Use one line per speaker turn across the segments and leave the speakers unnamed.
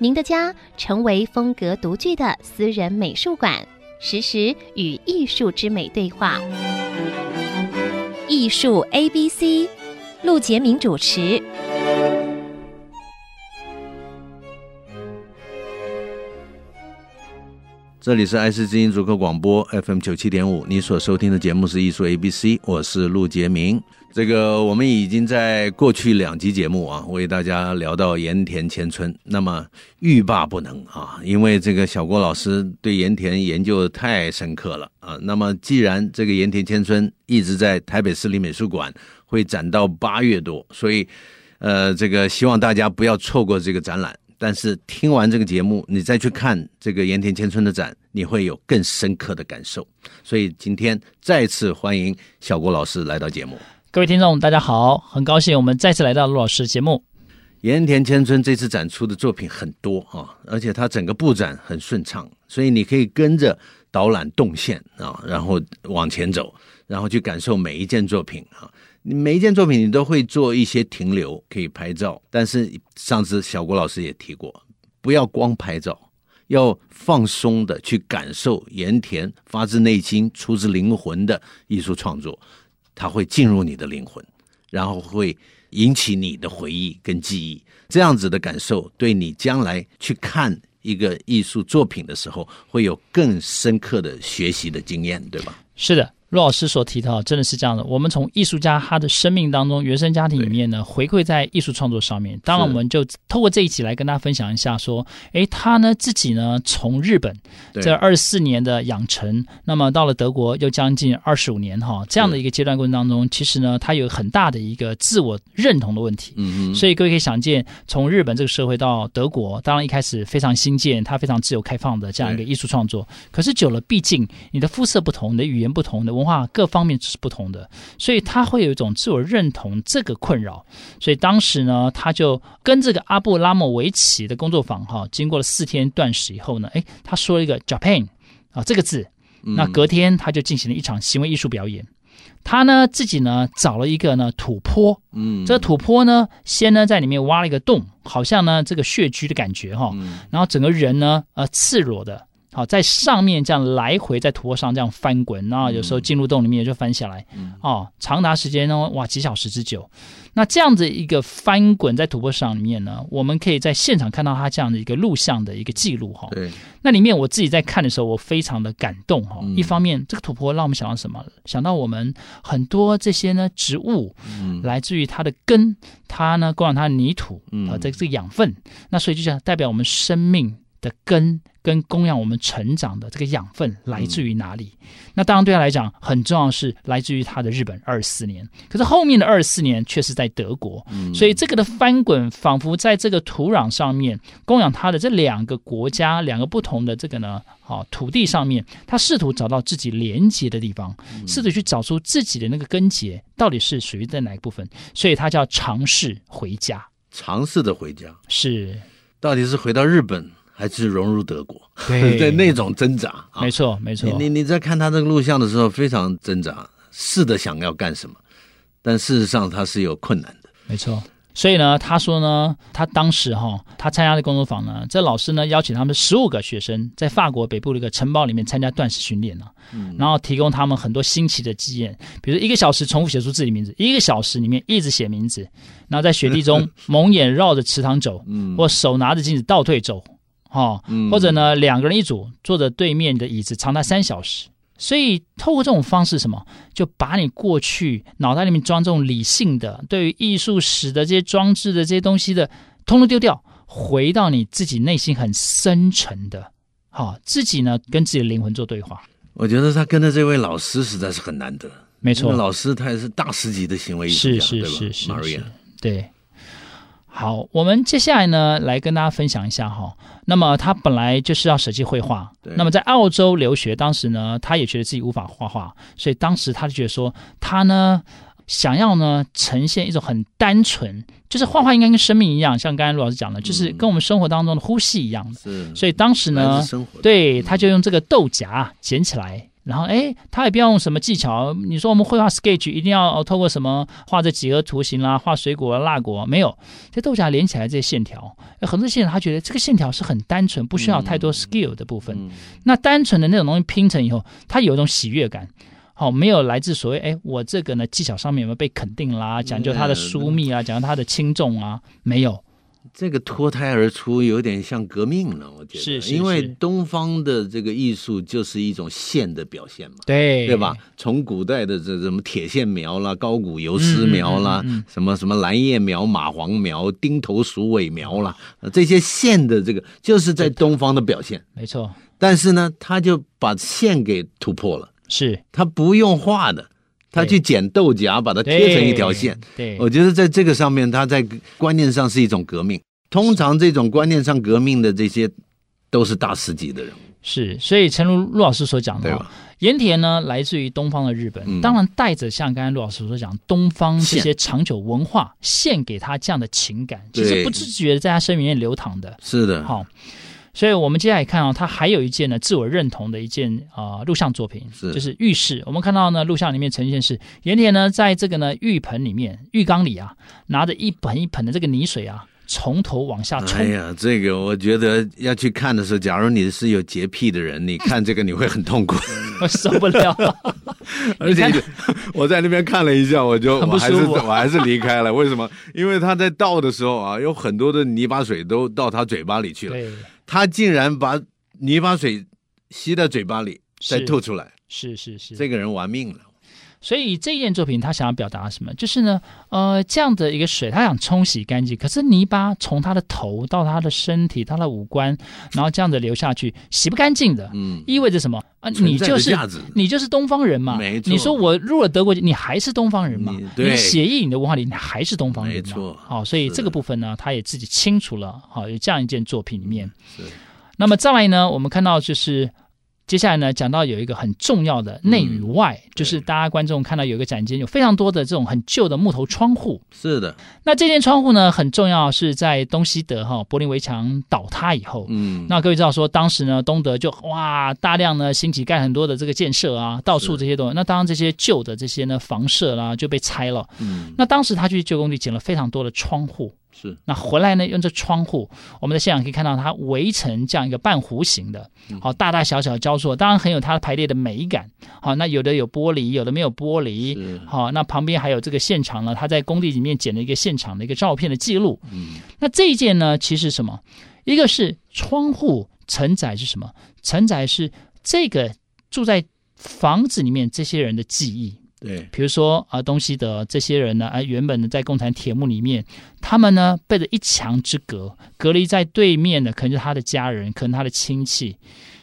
您的家成为风格独具的私人美术馆，实时与艺术之美对话。艺术 A B C，陆杰明主持。
这里是爱思之音足科广播 FM 九七点五，你所收听的节目是艺术 ABC，我是陆杰明。这个我们已经在过去两集节目啊，为大家聊到盐田千春，那么欲罢不能啊，因为这个小郭老师对盐田研究得太深刻了啊。那么既然这个盐田千春一直在台北市立美术馆会展到八月多，所以呃，这个希望大家不要错过这个展览。但是听完这个节目，你再去看这个盐田千春的展，你会有更深刻的感受。所以今天再次欢迎小郭老师来到节目。
各位听众，大家好，很高兴我们再次来到陆老师节目。
盐田千春这次展出的作品很多啊，而且它整个布展很顺畅，所以你可以跟着导览动线啊，然后往前走，然后去感受每一件作品啊。你每一件作品你都会做一些停留，可以拍照。但是上次小郭老师也提过，不要光拍照，要放松的去感受盐田发自内心、出自灵魂的艺术创作，它会进入你的灵魂，然后会引起你的回忆跟记忆。这样子的感受，对你将来去看一个艺术作品的时候，会有更深刻的学习的经验，对吧？
是的，陆老师所提到真的是这样的。我们从艺术家他的生命当中，原生家庭里面呢，回馈在艺术创作上面。当然，我们就透过这一集来跟大家分享一下，说，诶，他呢自己呢从日本
对
这二十四年的养成，那么到了德国又将近二十五年哈，这样的一个阶段过程当中，其实呢，他有很大的一个自我认同的问题。
嗯
所以各位可以想见，从日本这个社会到德国，当然一开始非常新建，它非常自由开放的这样一个艺术创作。可是久了，毕竟你的肤色不同，你的语言不同，你的文化各方面是不同的，所以他会有一种自我认同这个困扰。所以当时呢，他就跟这个阿布拉莫维奇的工作坊哈，经过了四天断食以后呢，哎，他说了一个 Japan 啊这个字，那隔天他就进行了一场行为艺术表演。他呢自己呢找了一个呢土坡，
嗯
这个土坡呢，先呢在里面挖了一个洞，好像呢这个穴居的感觉哈、
嗯
然后整个人呢，呃，赤裸的，好、在上面这样来回在土坡上这样翻滚，
嗯
然后有时候进入洞里面就翻下来，哦，长达时间呢，哇，几小时之久。那这样子一个翻滚在土坡上里面呢，我们可以在现场看到他这样的一个录像的一个记录哈、
对，
那里面我自己在看的时候，我非常的感动哈、
嗯
一方面，这个土坡让我们想到什么？想到我们很多这些呢植物，
嗯
来自于它的根，它呢供养它的泥土
嗯
啊、呃，这这个养分，那所以就讲代表我们生命的根跟供养我们成长的这个养分来自于哪里？
嗯
那当然对他来讲很重要的是来自于他的日本二十四年，可是后面的二十四年却是在德国，
嗯
所以这个的翻滚仿佛在这个土壤上面供养他的这两个国家两个不同的这个呢。好、土地上面，他试图找到自己连接的地方，试图去找出自己的那个根结到底是属于在哪一部分，所以他叫尝试回家。
尝试的回家。
是，
到底是回到日本还是融入德国？
对
那种挣扎啊，
哎没错，没错，
你你你在看他这个录像的时候非常挣扎，试着想要干什么，但事实上他是有困难的。
没错。所以呢，他说呢，他当时哈、他参加的工作坊呢，这老师呢邀请他们十五个学生在法国北部的一个城堡里面参加断食训练呢、然后提供他们很多新奇的经验，比如一个小时重复写出自己的名字，一个小时里面一直写名字，然后在雪地中蒙眼绕着池塘走，
嗯
或手拿着镜子倒退走，哦，
嗯
或者呢两个人一组坐着对面的椅子长达三小时。所以透过这种方式，什么就把你过去脑袋里面装这种理性的、对于艺术史的这些装置的这些东西的，通通丢掉，回到你自己内心很深沉的，好、自己呢跟自己的灵魂做对话。
嗯我觉得他跟着这位老师实在是很难得。
没
那
错，
老师他也是大师级的行为艺术
是
家，
是
对吧
是是
？Maria，
是，对。好，我们接下来呢，来跟大家分享一下哈。那么他本来就是要舍弃绘画
对，
那么在澳洲留学，当时呢，他也觉得自己无法画画，所以当时他就觉得说，他呢想要呢呈现一种很单纯，就是画画应该跟生命一样，像刚才陆老师讲的，就是跟我们生活当中的呼吸一样的。
是，
所以当时
嗯来
呢
自，生活的
对，
嗯
他就用这个豆荚捡起来。然后，哎，他也不要用什么技巧。你说我们绘画 sketch 一定要、呃透过什么画这几何图形啦，画水果、啊蜡果，没有。这豆荚连起来这些线条，有很多线条，他觉得这个线条是很单纯，不需要太多 skill 的部分。
嗯
那单纯的那种东西拼成以后，它有一种喜悦感。好、没有来自所谓哎，我这个呢技巧上面有没有被肯定啦？讲究它
嗯
的疏密啊，讲究它的轻重啊，没有。
这个脱胎而出有点像革命了，我觉得，
是是
因为
是
东方的这个艺术就是一种线的表现嘛。
对
对吧？？从古代的这什么铁线苗啦、高古油丝苗啦、
嗯嗯嗯嗯嗯
什么什么蓝叶苗、蚂黄苗、钉头鼠尾苗啦，呃这些线的这个就是在东方的表现。
没错，
但是呢，他就把线给突破了，
是
他不用画的，他
对
去剪豆荚把它贴成一条线。。哦
对，对
我觉得在这个上面，他在观念上是一种革命。通常这种观念上革命的这些，都是大师级的人，
是，所以诚如陆老师所讲
对
的
吧
哈，？盐田呢来自于东方的日本，
嗯
当然带着像刚才陆老师所讲，东方这
线
些长久文化献给他这样的情感，其实
对嗯
不自觉的在他生命里面流淌的。
是的，
好，所以我们接下来看啊、他还有一件呢自我认同的一件啊、呃录像作品，
是
就是浴室。我们看到呢录像里面呈现是盐田呢在这个呢浴盆里面浴缸里啊，拿着一盆一盆的这个泥水啊，从头往下冲。
哎呀，这个我觉得要去看的时候，假如你是有洁癖的人，你看这个 你会很痛苦。
我受不了，
而且
你
就我在那边看了一下，我就
很不
我还是
舒服
我还是离开了。为什么？因为他在倒的时候啊，有很多的泥巴水都到他嘴巴里去了，
对，
他竟然把泥巴水吸到嘴巴里再
是
吐出来，
是是是，
这个人玩命了。
所以这件作品他想要表达什么？就是呢，呃，这样的一个水，他想冲洗干净，可是泥巴从他的头到他的身体、他的五官，然后这样子流下去，洗不干净的，
嗯，
意味着什么啊？
存
你
在
就
的
是
价值
你就是东方人嘛，
没错
你说我入了德国，你还是东方人嘛
你？对
你写意你的文化里，你还是东方人嘛？
没错
好，所以
是的
这个部分呢，他也自己清楚了。好，有这样一件作品里面
是。
那么再来呢，我们看到就是。接下来呢，讲到有一个很重要的内与外，就是大家观众看到有一个展间，有非常多的这种很旧的木头窗户。
是的，
那这件窗户呢，很重要，是在东西德哈柏林围墙倒塌以后，
嗯，
那各位知道说，当时呢，东德就哇大量呢兴起盖很多的这个建设啊，到处这些东西。那当然这些旧的这些呢房舍啦、就被拆了。
嗯
那当时他去旧工地捡了非常多的窗户，
是
那回来呢用这窗户，我们在现场可以看到它围成这样一个半弧形的，
嗯
好大大小小交错，当然很有它排列的美感。好，那有的有玻璃，有的没有玻璃。
是
好，那旁边还有这个现场呢，他在工地里面捡了一个现场的一个照片的记录。
嗯
那这一件呢，其实什么？一个是窗户承载是什么？承载是这个住在房子里面这些人的记忆。
对
比如说啊、呃东西德这些人呢，啊、原本呢在共产铁幕里面，他们呢被着一墙之隔，隔离在对面的可能就是他的家人，可能他的亲戚，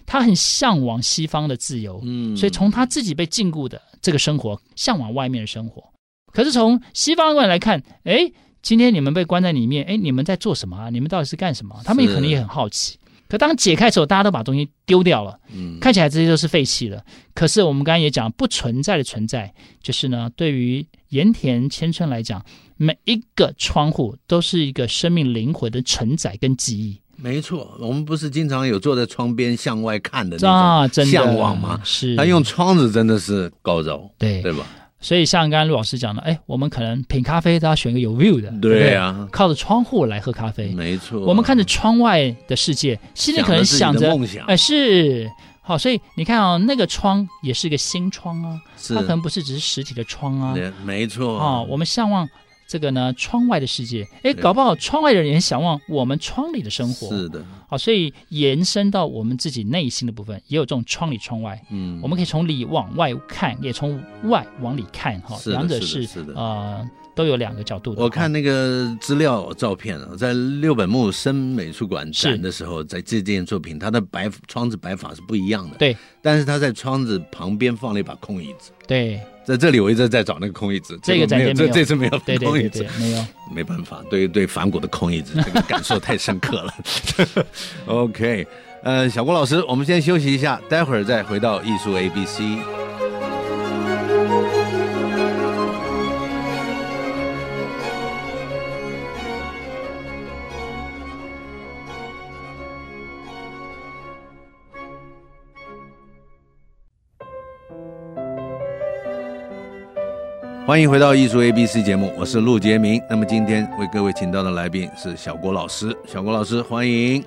他很向往西方的自由，
嗯
所以从他自己被禁锢的这个生活，向往外面的生活。可是从西方观来看，哎，今天你们被关在里面，哎，你们在做什么啊？你们到底是干什么啊、他们也可能也很好奇。可当解开之后，大家都把东西丢掉了，
嗯
看起来这些都是废弃的。可是我们刚刚也讲，不存在的存在，就是呢，对于盐田千春来讲，每一个窗户都是一个生命灵魂的承载跟记忆。
没错，我们不是经常有坐在窗边向外看的
啊，
那
真
种
的
向往吗？
是
他用窗子真的是高招，
对
对吧？
所以像刚刚陆老师讲的，哎，我们可能品咖啡都要选一个有 view 的，不
对啊
靠着窗户来喝咖啡。
没错，
我们看着窗外的世界，心里可能
想
想
着自己的
着，
梦想
哎，是好，所以你看啊、那个窗也是一个新窗啊，
是
它可能不是只是实体的窗啊，
对没错
哦，我们向往这个呢窗外的世界，
对
哎，搞不好窗外的人也向往我们窗里的生活，
是的，
好，所以延伸到我们自己内心的部分，也有这种窗里窗外，
嗯，
我们可以从里往外看，也从外往里看，哈、
是的
两者
是的是的
呃都有两个角度的。
我看
哦
那个资料照片啊，在六本木森美术馆展的时候，在这件作品，它的摆窗子摆法是不一样的。
对，
但是他在窗子旁边放了一把空椅子，
对
在这里我一直在找那个空椅子，
这个
结果没有，
展间没
这
有
这次没有
对对
空椅
对
子
对，，没有。
没办法，对对反骨的空椅子，这个感受太深刻了。OK，呃，小郭老师，我们先休息一下，待会儿再回到艺术 ABC。欢迎回到艺术 ABC 节目，我是陆杰明。那么今天为各位请到的来宾是小郭老师，小郭老师欢迎。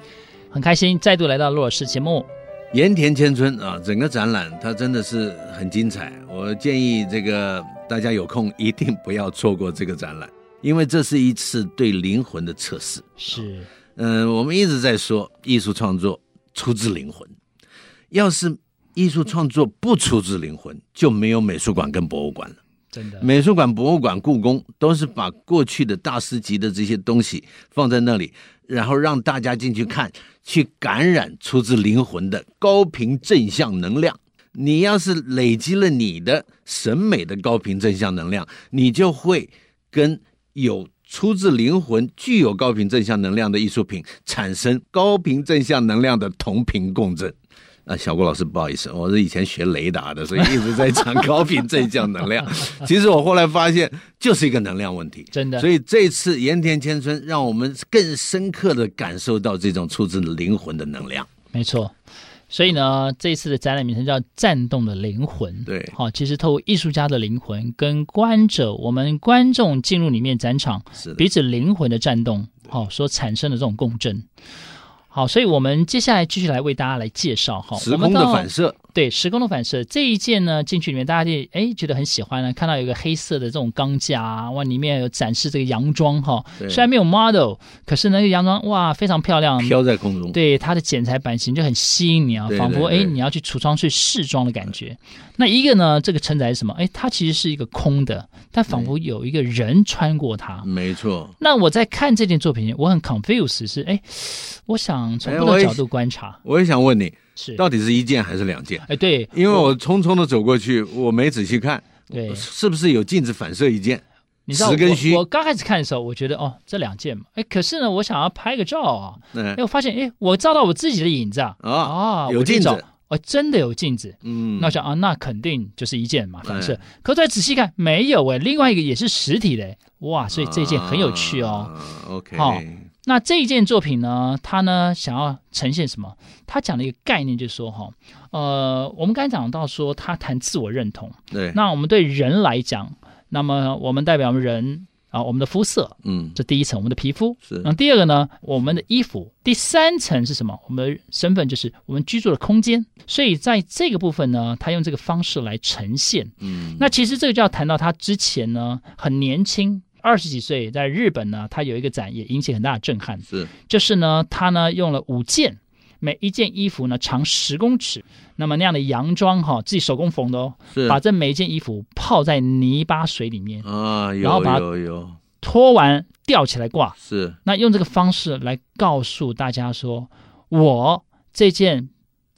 很开心再度来到罗尔士节目，
盐田千春啊，整个展览它真的是很精彩。我建议这个大家有空一定不要错过这个展览，因为这是一次对灵魂的测试。
是
嗯、我们一直在说艺术创作出自灵魂，要是艺术创作不出自灵魂，就没有美术馆跟博物馆了。
真的，
美术馆、博物馆、故宫都是把过去的大师级的这些东西放在那里，然后让大家进去看，去感染出自灵魂的高频正向能量。你要是累积了你的审美的高频正向能量，你就会跟有出自灵魂、具有高频正向能量的艺术品产生高频正向能量的同频共振。啊，小郭老师，不好意思，我是以前学雷达的，所以一直在讲高频正向能量。 其实我后来发现，就是一个能量问题。
真的
所以这次盐田千春让我们更深刻的感受到这种出自灵魂的能量。
没错。所以呢，这一次的展览名称叫《战动的灵魂》。
对
好、其实透过艺术家的灵魂跟观者，我们观众进入里面展场，
是的，
彼此灵魂的战动，好、所产生的这种共振。好，所以我们接下来继续来为大家来介绍哈，
时空的反
射，
射，
对时空的反射这一件呢，进去里面大家就哎觉得很喜欢呢，看到有一个黑色的这种钢架啊，哇，里面有展示这个洋装哈，
对
虽然没有 model，可是那个洋装哇非常漂亮，
飘在空中。
嗯对它的剪裁版型就很吸引你啊，
对对
仿佛哎
对
你要去橱窗去试装的感觉。那一个呢，这个承载是什么？哎，它其实是一个空的，但仿佛有一个人穿过它。
没错。
那我在看这件作品，我很 confused，是哎，我想从
哎
不同
我
的
也
角度观察，
我也想问你，
是
到底是一件还是两件？
哎对
因为我匆匆的走过去，我没仔细看，
对，
是不是有镜子反射一件？
你知道
呃十根须
我我刚开始看的时候，我觉得哦这两件嘛，哎可是呢，我想要拍个照啊，
嗯
哎我发现哎我照到我自己的影子啊，
啊
啊
有
我去
镜
找
子，
哦真的有镜子，
嗯
那我想啊，那肯定就是一件嘛，反射。
哎
可再仔细看，没有哎，另外一个也是实体的诶哇，所以这一件很有趣哦。
啊 OK，
好那这一件作品呢，它呢想要呈现什么？它讲的一个概念就是说哈，呃，我们刚才讲到说他谈自我认同，
对，
那我们对人来讲，那么我们代表人啊、我们的肤色，
嗯，
这第一层，我们的皮肤。
是
然后第二个呢，我们的衣服；第三层是什么？我们的身份就是我们居住的空间。所以在这个部分呢，他用这个方式来呈现。
嗯，
那其实这个就要谈到他之前呢，很年轻，二十几岁，在日本呢，他有一个展也引起很大的震撼，
是
就是呢，他呢用了五件。每一件衣服呢长十公尺，那么那样的洋装哈、自己手工缝的哦，
是
把这每一件衣服泡在泥巴水里面，
啊，
然后
有
把它
有有
脱完吊起来挂，
是
那用这个方式来告诉大家说，我这件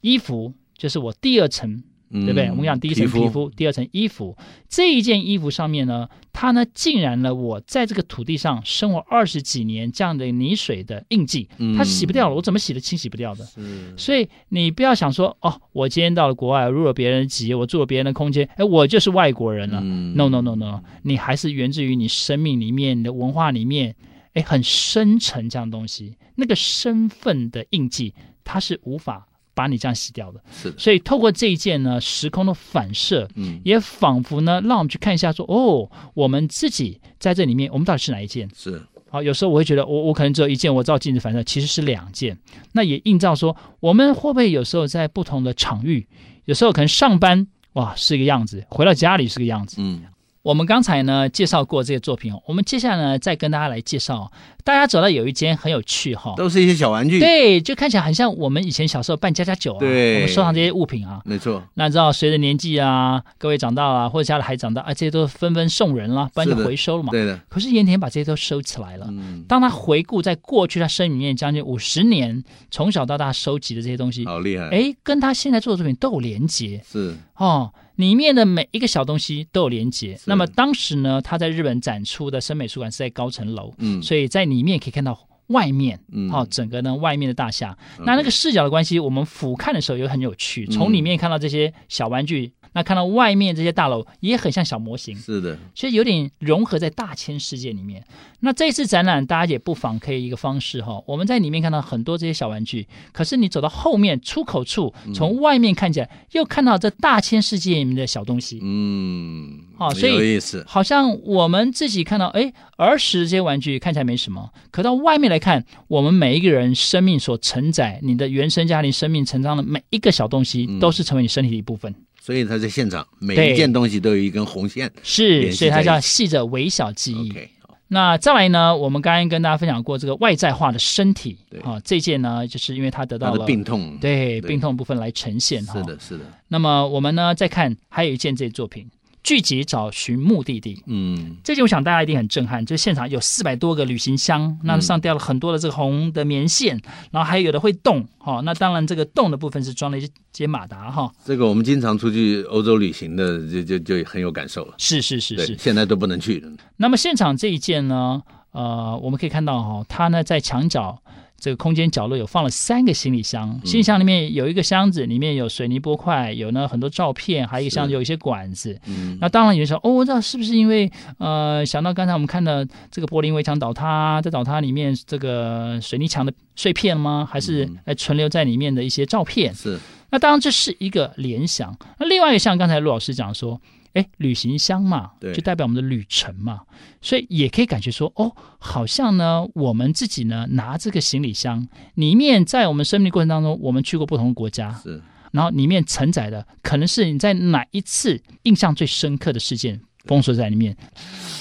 衣服就是我第二层，
对
对不对？我们讲第一层嗯皮肤，第二层衣服。这一件衣服上面呢，它呢浸染了我在这个土地上生活二十几年这样的泥水的印记，它洗不掉了，我怎么洗都清洗不掉的。
嗯
所以你不要想说哦，我今天到了国外，入了别人的籍，我住了别人的空间，哎，我就是外国人了。
嗯
No no no no，你还是源自于你生命里面、你的文化里面，哎，很深沉这样的东西，那个身份的印记，它是无法把你这样洗掉的。
是的
所以透过这一件呢，时空的反射，
嗯
也仿佛呢，让我们去看一下说，哦，我们自己在这里面，我们到底是哪一件？
是
好，有时候我会觉得我我可能只有一件，我照镜子反射其实是两件，那也映照说我们会不会有时候在不同的场域，有时候可能上班哇是一个样子，回到家里是个样子。
嗯
我们刚才呢介绍过这些作品哦，我们接下来呢再跟大家来介绍。大家走到有一间很有趣哈、
都是一些小玩具，
哦对，就看起来很像我们以前小时候办家家酒啊，
对
我们收藏这些物品啊。
没错，
那你知道，随着年纪啊，各位长大了，或者家里孩子长大啊，这些都纷纷送人了，不然就是
的
回收了嘛。
对的，
可是盐田把这些都收起来了。
嗯，
当他回顾在过去他生命里面将近五十年从小到大收集的这些东西，
好厉害，，
哎，跟他现在做的作品都有连结
是
哦，里面的每一个小东西都有连结。
是
那么当时呢，他在日本展出的深美术馆是在高层楼，
嗯
所以在里面可以看到外面。
嗯
哦，整个呢外面的大厦，那那个视角的关系，我们俯瞰的时候也很有趣，从里面
嗯
看到这些小玩具，那看到外面这些大楼也很像小模型，
是的，
所以有点融合在大千世界里面。那这次展览，大家也不妨可以一个方式哈、我们在里面看到很多这些小玩具，可是你走到后面出口处，
嗯
从外面看起来、又看到这大千世界里面的小东西。
嗯，
哦所以
有意思，
好像我们自己看到，哎，儿时这些玩具看起来没什么，可到外面来看，我们每一个人生命所承载，你的原生家庭生命成长的每一个小东西，
嗯
都是成为你身体的一部分。
所以他在现场每
对
一件东西都有一根红线
是，
联系
所以它
在一
叫
起
细着微小记忆。
，OK，好
那再来呢，我们刚刚跟大家分享过这个外在化的身体
对
啊，这件呢，就是因为它得
他
到
的
了
病痛，，
对哦
对
病痛部分来呈现哈。
是的，。是的，
那么我们呢，再看还有一件这作品，聚集找寻目的地。
嗯，
这件我想大家一定很震撼，就是现场有四百多个旅行箱，
嗯
那上吊了很多的这个红的棉线，然后还有的会动哈、那当然，这个动的部分是装了一些马达哈、
这个我们经常出去欧洲旅行的，就就就很有感受了。
是是是是
对，。现在都不能去了。
那么现场这一件呢，呃，我们可以看到哈、它呢在墙角这个空间角落有放了三个行李箱，行李箱里面有一个箱子，里面有水泥波块，有呢很多照片，还有一个箱子有一些管子。
嗯，
那当然有人说，哦，那是不是因为呃想到刚才我们看的这个柏林围墙倒塌，在倒塌里面这个水泥墙的碎片吗？还是呃存留在里面的一些照片？
是
那当然这是一个联想。那另外一个像刚才陆老师讲说，哎，旅行箱嘛，
对
就代表我们的旅程嘛，所以也可以感觉说，哦，好像呢，我们自己呢拿这个行李箱，里面在我们生命过程当中，我们去过不同的国家，
是，
然后里面承载的可能是你在哪一次印象最深刻的事件。封锁在里面，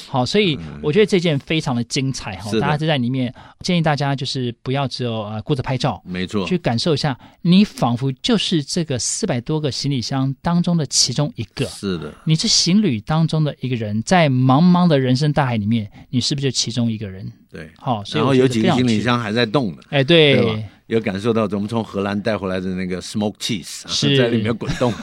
好，所以我觉得这件非常的精彩哈，
嗯是的
大家就在里面建议大家就是不要只有呃顾着拍照，
没错，
去感受一下，你仿佛就是这个四百多个行李箱当中的其中一个，
是的，
你是行旅当中的一个人，在茫茫的人生大海里面，你是不是就其中一个人？
对。
好、所以
然
我
后
觉
有
得
几
非
个
常
行
有
李
趣，
箱还在动呢，
哎，对，
对吧有感受到我们从荷兰带回来的那个 smoke cheese 啊
是
在里面滚 动。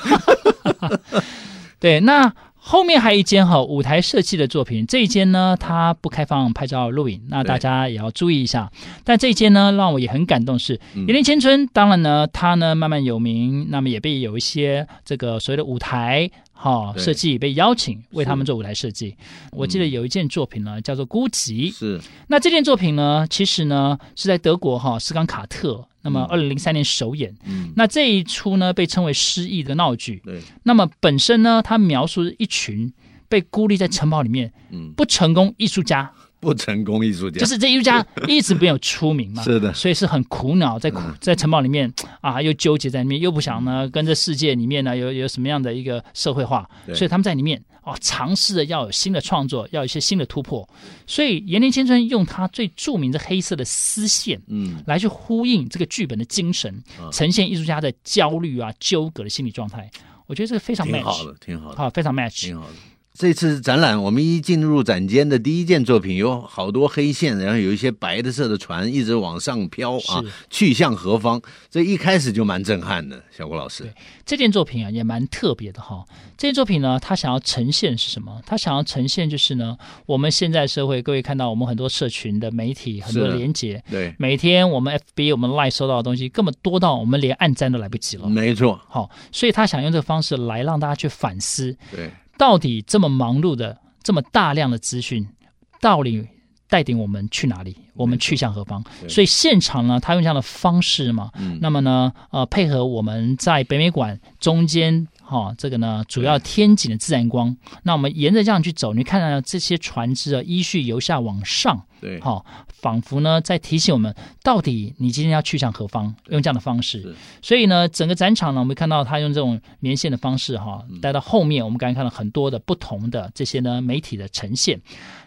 对，那后面还有一间哈舞台设计的作品，这一间呢它不开放拍照录影，那
对
大家也要注意一下。但这一间呢让我也很感动是，
嗯
野田千春，当然呢他呢慢慢有名，那么也被有一些这个所谓的舞台。哈、
对
设计被邀请为
是
他们做舞台设计。我记得有一件作品呢，叫做《孤寂》。
是
那这件作品呢，其实呢是在德国哈斯康卡特，那么二零零三年首演。
嗯
那这一出呢，被称为失忆的闹剧。
对，
那么本身呢，它描述一群被孤立在城堡里面
嗯，
不成功艺术家，
不成功艺术家
就是这艺术家 一直没有出名嘛，
是的嗯
所以是很苦恼，在苦在城堡里面啊，又纠结在里面，又不想呢跟这世界里面呢有有什么样的一个社会化，
对
所以他们在里面哦尝试着要有新的创作，要有一些新的突破，所以岩田千春用他最著名的黑色的丝线。
嗯
来去呼应这个剧本的精神，呈现艺术家的焦虑啊、纠葛的心理状态。我觉得这个非常
挺
match，
好的，挺好的，
啊好，非常 match。
挺好的。这次展览，我们一进入展间的第一件作品，有好多黑线，然后有一些白的色的船一直往上飘啊
是，
去向何方？这一开始就蛮震撼的，小郭老师
对。这件作品啊也蛮特别的哈。这件作品呢，它想要呈现是什么？它想要呈现就是呢，我们现在社会，各位看到我们很多社群的媒体，很多
是的
连接，
对，
每天我们 FB、我们 Line 收到的东西根本多到我们连按赞都来不及了。
没错，
好、所以他想用这个方式来让大家去反思，
对，
到底这么忙碌的、这么大量的资讯，到底带领我们去哪里？我们去向何方？
对
所以现场呢，他用这样的方式嘛，
嗯
那么呢，呃，配合我们在北美馆中间。哈、这个呢，主要天井的自然光，那我们沿着这样去走，你看到这些船只啊，依序由下往上，
对，
好、仿佛呢在提醒我们，到底你今天要去向何方，用这样的方式
是。
所以呢，整个展场呢，我们看到他用这种连线的方式哈、
嗯
带到后面，我们刚才看到很多的不同的这些呢媒体的呈现。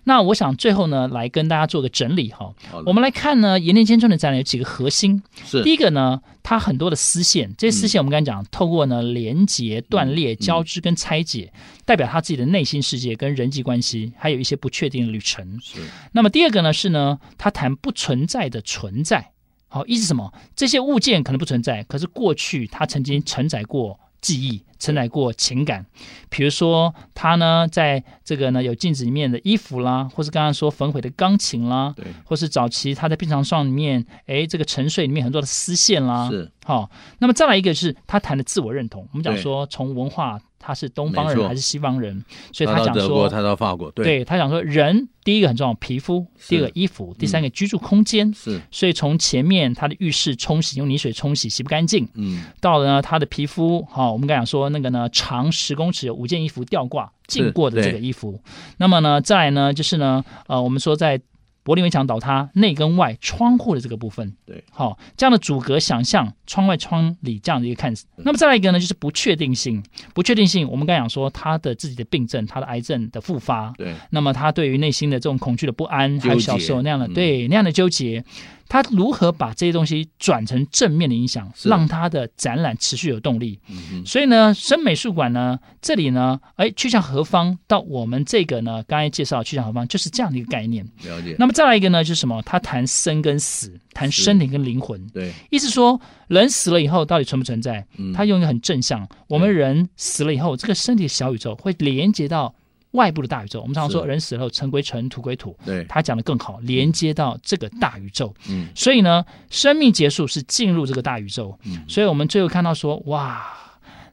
那我想最后呢，来跟大家做个整理哈、
好的
我们来看呢，延年千春的展览有几个核心，
是嗯
第一个呢，它很多的丝线，这些丝线我们刚才讲，透过呢连结、断裂、交织跟拆解，代表他自己的内心世界跟人际关系，还有一些不确定的旅程。
是
那么第二个呢是呢，他谈不存在的存在。好，意思是什么？这些物件可能不存在，可是过去它曾经承载过记忆，承载过情感。比如说，他呢在这个呢有镜子里面的衣服啦，或是刚刚说焚毁的钢琴啦，
对，
或是早期他在病床上里面，哎，这个沉睡里面很多的丝线啦，
是
好、那么再来一个是他谈的自我认同，我们讲
对
说从文化他是东方
没
人
错
还是西方人，所以
他到
讲
德国，
说，
他到法国，对，
对他讲说人第一个很重要，皮肤；
是嗯
第二个衣服；第三个居住空间。
是，
所以从前面他的浴室冲洗用泥水冲洗洗不干净，
嗯，
到了呢他的皮肤，好、我们刚讲说那个呢长十公尺有五件衣服吊挂浸过的这个
对
衣服，那么呢再来呢就是呢呃我们说在柏林围墙倒塌内跟外窗户的这个部分，
对，
好、这样的阻隔想象窗外窗里这样的一
嗯
个看，那么再来一个呢就是不确定性，不确定性我们刚讲说他的自己的病症，他的癌症的复发，
对，
那么他对于内心的这种恐惧的不安，
纠结
还有小时候那样的、
嗯
对那样的纠结，他如何把这些东西转成正面的影响，
是
让他的展览持续有动力？
嗯哼，
所以呢，深美术馆呢，这里呢，哎，去向何方？到我们这个呢，刚才介绍的去向何方，就是这样的一个概念。
了解，
那么再来一个呢，就是什么？他谈生跟死，谈
是
生灵跟灵魂，
对，
意思说人死了以后到底存不存在？
嗯，
他用一个很正向，我们人死了以后，这个身体的小宇宙会连接到外部的大宇宙。我们常常说，
是
人死了后尘归尘，土归土。
对，
他讲的更好，连接到这个大宇宙。
嗯
所以呢，生命结束是进入这个大宇宙。
嗯，
所以我们最后看到说，哇，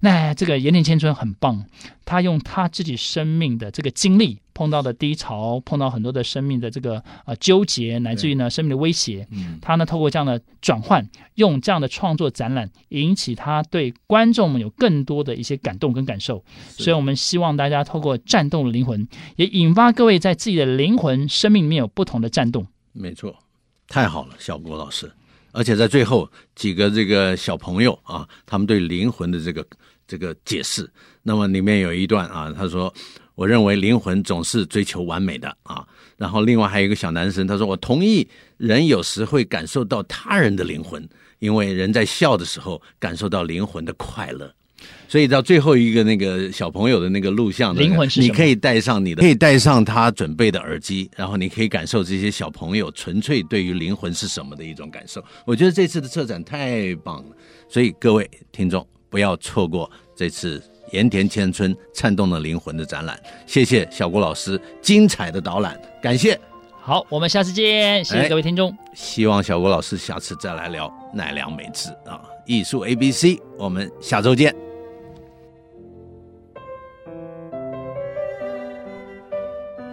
那这个岩田千春很棒，他用他自己生命的这个经历，碰到的低潮，碰到很多的生命的这个呃纠结，乃至于呢生命的威胁，
嗯，
他呢，透过这样的转换，用这样的创作展览，引起他对观众们有更多的一些感动跟感受。
是
所以，我们希望大家透过战斗的灵魂，也引发各位在自己的灵魂生命里面有不同的战动。
没错，太好了，小郭老师。而且在最后几个这个小朋友啊，他们对灵魂的这个这个解释，那么里面有一段啊，他说：“我认为灵魂总是追求完美的啊。”然后另外还有一个小男生，他说：“我同意，人有时会感受到他人的灵魂，因为人在笑的时候感受到灵魂的快乐。”所以到最后一个那个小朋友的那个录像的那个，
灵魂是什么
你可以戴上你的，可以戴上他准备的耳机，然后你可以感受这些小朋友纯粹对于灵魂是什么的一种感受。我觉得这次的策展太棒了，所以各位听众不要错过这次盐田千春颤动的灵魂的展览。谢谢小郭老师精彩的导览，感谢。
好，我们下次见，谢谢
哎
各位听众。
希望小郭老师下次再来聊奈良美智啊，艺术 A B C，我们下周见。